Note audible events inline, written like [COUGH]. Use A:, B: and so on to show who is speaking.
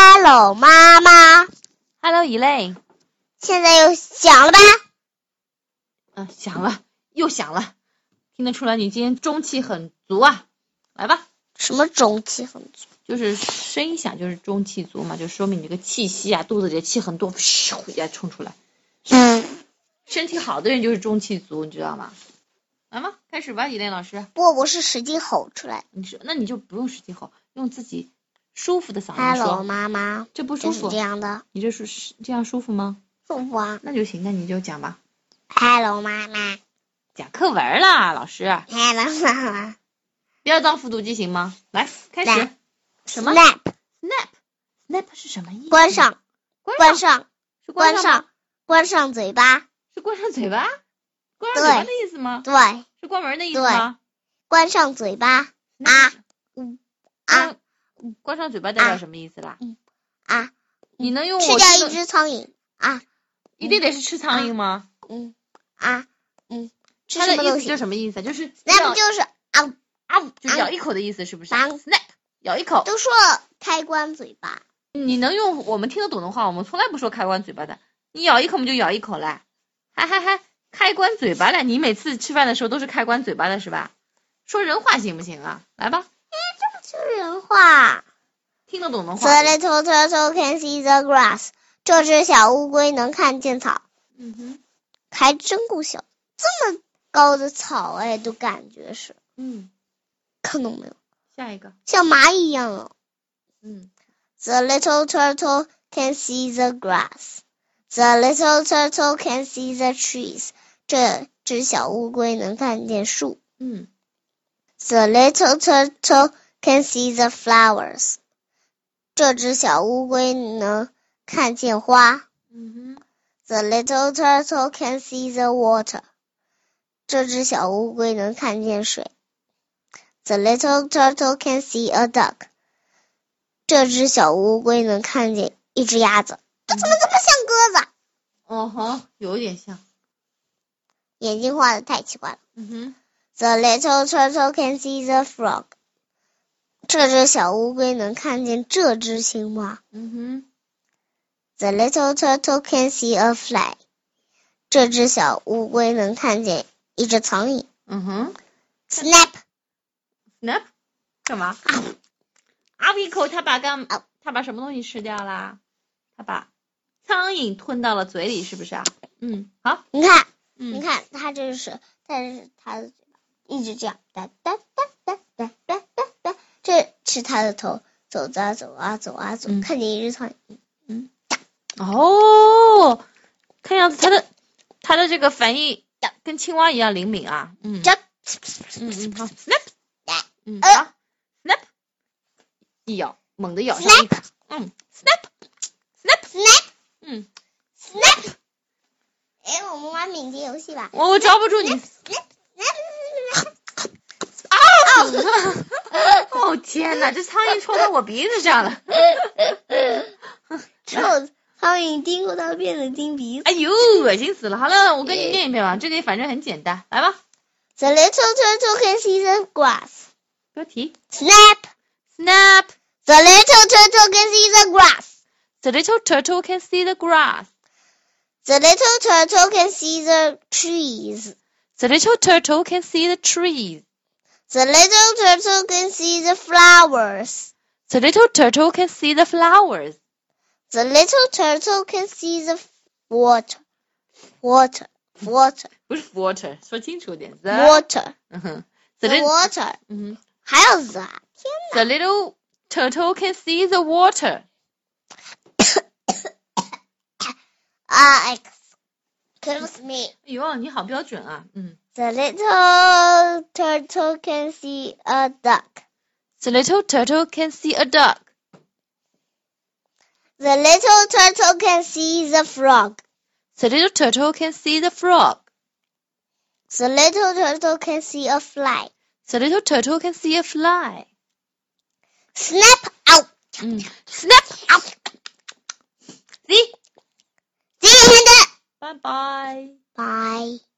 A: Hello，妈妈，
B: Hello，以类，
A: 现在又响了吧？
B: 嗯、响了，又响了，听得出来你今天中气很足啊。来吧，
A: 什么中气很足？
B: 就是声音响，就是中气足嘛，就说明你这个气息啊，肚子里的气很多，咻一下冲出来。
A: 嗯，
B: 身体好的人就是中气足，你知道吗？来吧，开始吧，以类老师。
A: 不过我是使劲吼出来。
B: 你说，那你就不用使劲吼，用自己舒服的嗓音
A: Hello，
B: 说。
A: 妈妈，
B: 这不舒
A: 就是
B: 服
A: 这，样的，
B: 你这是这样舒服吗？
A: 舒服啊。
B: 那就行，那你就讲吧，
A: Hello，妈妈
B: 讲课文啦，老师，
A: ，Hello，妈妈
B: 不要当复读机行吗？来，开始。
A: 来
B: 什么
A: ？Snap，
B: snap 是什么意思？
A: 关，上，
B: 关
A: 关
B: 上，
A: 上，
B: 是
A: 关
B: 上吗
A: 上，关上嘴巴。
B: 是关上嘴巴？关上嘴巴
A: 对
B: 的意思吗？
A: 对，
B: 是关门的意思
A: 对
B: 吗？
A: 关上嘴巴
B: Snap 是
A: 啊
B: 关关上嘴巴代表什么意思啦？
A: 啊！
B: 你能用
A: 吃
B: 我
A: 掉
B: 吃
A: 一
B: 的，
A: 只苍蝇啊！
B: 一定得是吃苍蝇吗？
A: 嗯啊嗯，吃
B: 它
A: 什
B: 的
A: 么
B: 意
A: 东
B: 思
A: 西
B: 就是什么意思？就是
A: 那
B: 咬
A: 不就是啊？
B: 啊，就是咬一口的意思，是不是
A: 啊
B: ？snap 咬一口，
A: 都说了开关嘴巴，
B: 你能用我们听得懂的话，我们从来不说开关嘴巴的。你咬一口，我们就咬一口嘞，还还还开关嘴巴嘞！你每次吃饭的时候都是开关嘴巴的是吧？说人话行不行啊？来吧，
A: 这人话。
B: 听得懂的话
A: The。little turtle can see the grass。这只小乌龟能看见草，
B: 嗯哼，
A: 还真够小，这么高的草哎，都感觉是
B: 嗯，
A: 看懂没有？
B: 下一个，
A: 像蚂蚁一样哦。
B: 嗯，
A: The little turtle can see the grass. The little turtle can see the trees. 这只小乌龟能看见树。
B: 嗯
A: The little turtle can see the flowers. 这只小乌龟能看见花。
B: 嗯哼，
A: The little turtle can see the water. 这只小乌龟能看见水。The little turtle can see a duck. 这只小乌龟能看见一只鸭子。它怎么这么像鸽子？
B: 哦吼，有一点像。
A: 眼睛画的太奇怪了。
B: 嗯哼，
A: The little turtle can see the frog. 这只小乌龟能看见这只青蛙。
B: 嗯哼，
A: The little turtle can see a fly。这只小乌龟能看见一只苍蝇。
B: 嗯哼
A: Snap！
B: ，snap，干嘛？啊一口，他把干
A: 啊，
B: 他把什么东西吃掉啦？他把苍蝇吞到了嘴里，是不是啊？嗯，好，
A: 你看，你
B: 嗯，
A: 看，它这是，但是它的嘴巴一直这样哒哒哒哒哒哒哒哒，这是它的头，走着啊走啊走啊走，
B: 嗯
A: 看见一只苍蝇。
B: 哦，看样子他的他的这个反应跟青蛙一样灵敏啊。嗯，
A: 这
B: 嗯嗯，好，snap，嗯，
A: 呃
B: 好，snap，一咬，猛地咬上一口，嗯，snap，snap，
A: Snap！
B: 嗯，
A: 哎，我们玩敏捷游戏吧。
B: 我我抓不住你，哦天哪，这苍蝇冲到我鼻子上 [LAUGHS] 了，
A: 臭苍蝇叮过它变得钉鼻子。
B: 哎呦，恶心死了。好了，我跟你念一遍吧，这个反正很简单，来吧，
A: The little turtle can see the grass.
B: 标题
A: Snap!
B: ，snap。
A: The little turtle can see the grass.
B: The little turtle can see the grass.
A: The little turtle can see the trees.
B: The little turtle can see the trees.
A: The little turtle can see the flowers.
B: The little turtle can see the flowers.
A: The little turtle can see the f- water. Water. Water.
B: 不是 water，说清楚点。The
A: Water.
B: 嗯哼
A: The
B: the little
A: water.
B: 嗯哼
A: 还有 the
B: the little turtle can see the water.
A: 啊、excuse me.
B: 哎呦，你好标准啊。嗯
A: The little turtle can see a duck.
B: ，The little turtle can see a duck.
A: The little turtle can see the frog.
B: The little turtle can see the frog.
A: The little turtle can see a fly.
B: The little turtle can see a fly.
A: Snap out.
B: 嗯，snap out. See.
A: 今天的
B: Bye bye.
A: 拜。